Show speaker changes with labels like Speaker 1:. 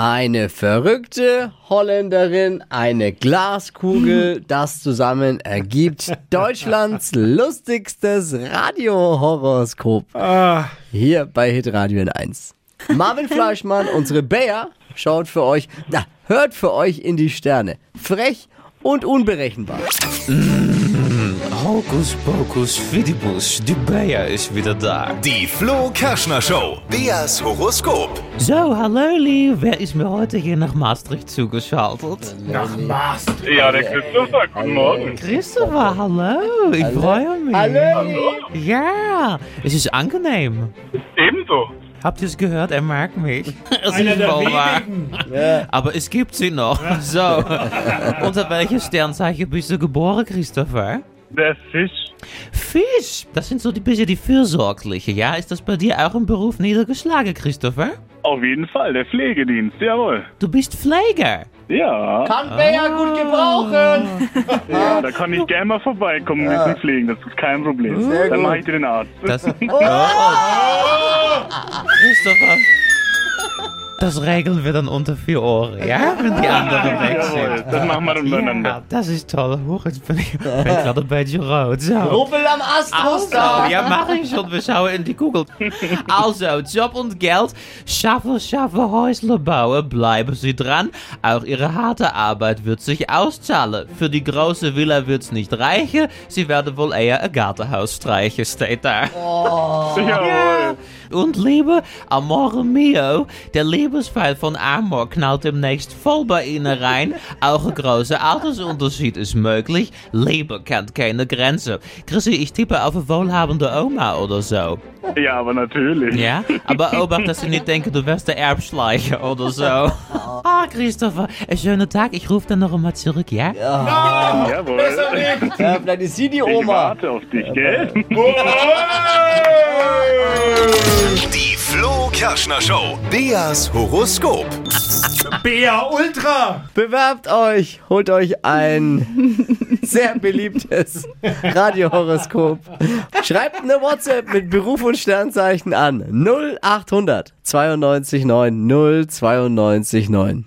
Speaker 1: Eine verrückte Holländerin, eine Glaskugel, das zusammen ergibt Deutschlands lustigstes Radiohoroskop.
Speaker 2: Ah,
Speaker 1: Hier bei Hitradio N1. Marvin Fleischmann, unsere Bär, schaut für euch, na, hört für euch in die Sterne. Frech und unberechenbar.
Speaker 3: Hocus pocus fidibus, de Bea is weer daar.
Speaker 4: Die Flo Kerschner Show. Beas Horoskop.
Speaker 3: Zo, hallo lief, wer is mir heute hier nach Maastricht zugeschaltet?
Speaker 5: Ja,
Speaker 3: Äh,
Speaker 5: der Christopher, guten Morgen.
Speaker 3: Christopher, hallo, ik freue mich. Ja, es ist angenehm.
Speaker 5: Ebenso.
Speaker 3: Habt ihr es gehört? Er mag mich. Es
Speaker 2: einer
Speaker 3: ist
Speaker 2: der
Speaker 3: wohl wahr.
Speaker 2: wenigen.
Speaker 3: Aber es gibt sie noch. So, unter welches Sternzeichen bist du geboren, Christopher?
Speaker 5: Der Fisch.
Speaker 3: Fisch, das sind so die bisschen die Fürsorgliche, ja? Ist das bei dir auch im Beruf niedergeschlagen, Christopher?
Speaker 5: Auf jeden Fall, der Pflegedienst, jawohl.
Speaker 3: Du bist Pfleger.
Speaker 5: Ja,
Speaker 1: Kann Bär
Speaker 3: Ah.
Speaker 1: gut gebrauchen.
Speaker 5: ja da kann ich gerne mal vorbeikommen und ein bisschen pflegen, das ist kein Problem. Dann mache ich dir den Arzt.
Speaker 3: Das. Oh. Christopher. Das regeln wir dann unter vier Ohren, ja? Wenn die anderen weg
Speaker 5: Jawohl,
Speaker 3: sind.
Speaker 5: das machen wir
Speaker 3: Ja,
Speaker 5: untereinander.
Speaker 3: das ist toll. Huch, jetzt bin ich, bin ich gerade bei Gerard. So.
Speaker 1: Ruppel am Astroster.
Speaker 3: Also, ja, mach ich schon. Wir schauen in die Google. Also, Job und Geld. Schaffen, schaffen, Häusle bauen. Bleiben Sie dran. Auch Ihre harte Arbeit wird sich auszahlen. Für die große Villa wird's nicht reichen. Sie werden wohl eher ein Gartenhaus streichen, steht da.
Speaker 5: Jawohl.
Speaker 3: Und liebe Amore Mio, der Lebensfall von Amor knallt demnächst voll bei Ihnen rein. Auch ein großer Altersunterschied ist möglich. Liebe kennt keine Grenzen. Chrissy, ich tippe auf eine wohlhabende Oma oder so.
Speaker 5: Ja, aber natürlich.
Speaker 3: Ja? Aber obacht, dass Sie nicht denken, du wärst der Erbschleicher oder so. Ah, Christopher, einen schönen Tag. Ich rufe dann noch einmal zurück, ja?
Speaker 5: Jawohl.
Speaker 1: Ja, vielleicht ist sie die
Speaker 5: Ich
Speaker 1: Oma.
Speaker 5: warte auf dich, gell?
Speaker 4: Die Flo Kerschner Show. Beas Horoskop.
Speaker 2: Bea Ultra.
Speaker 1: Bewerbt euch, holt euch ein sehr beliebtes Radiohoroskop. Schreibt eine WhatsApp mit Beruf und Sternzeichen an 0800 92 9 092 9.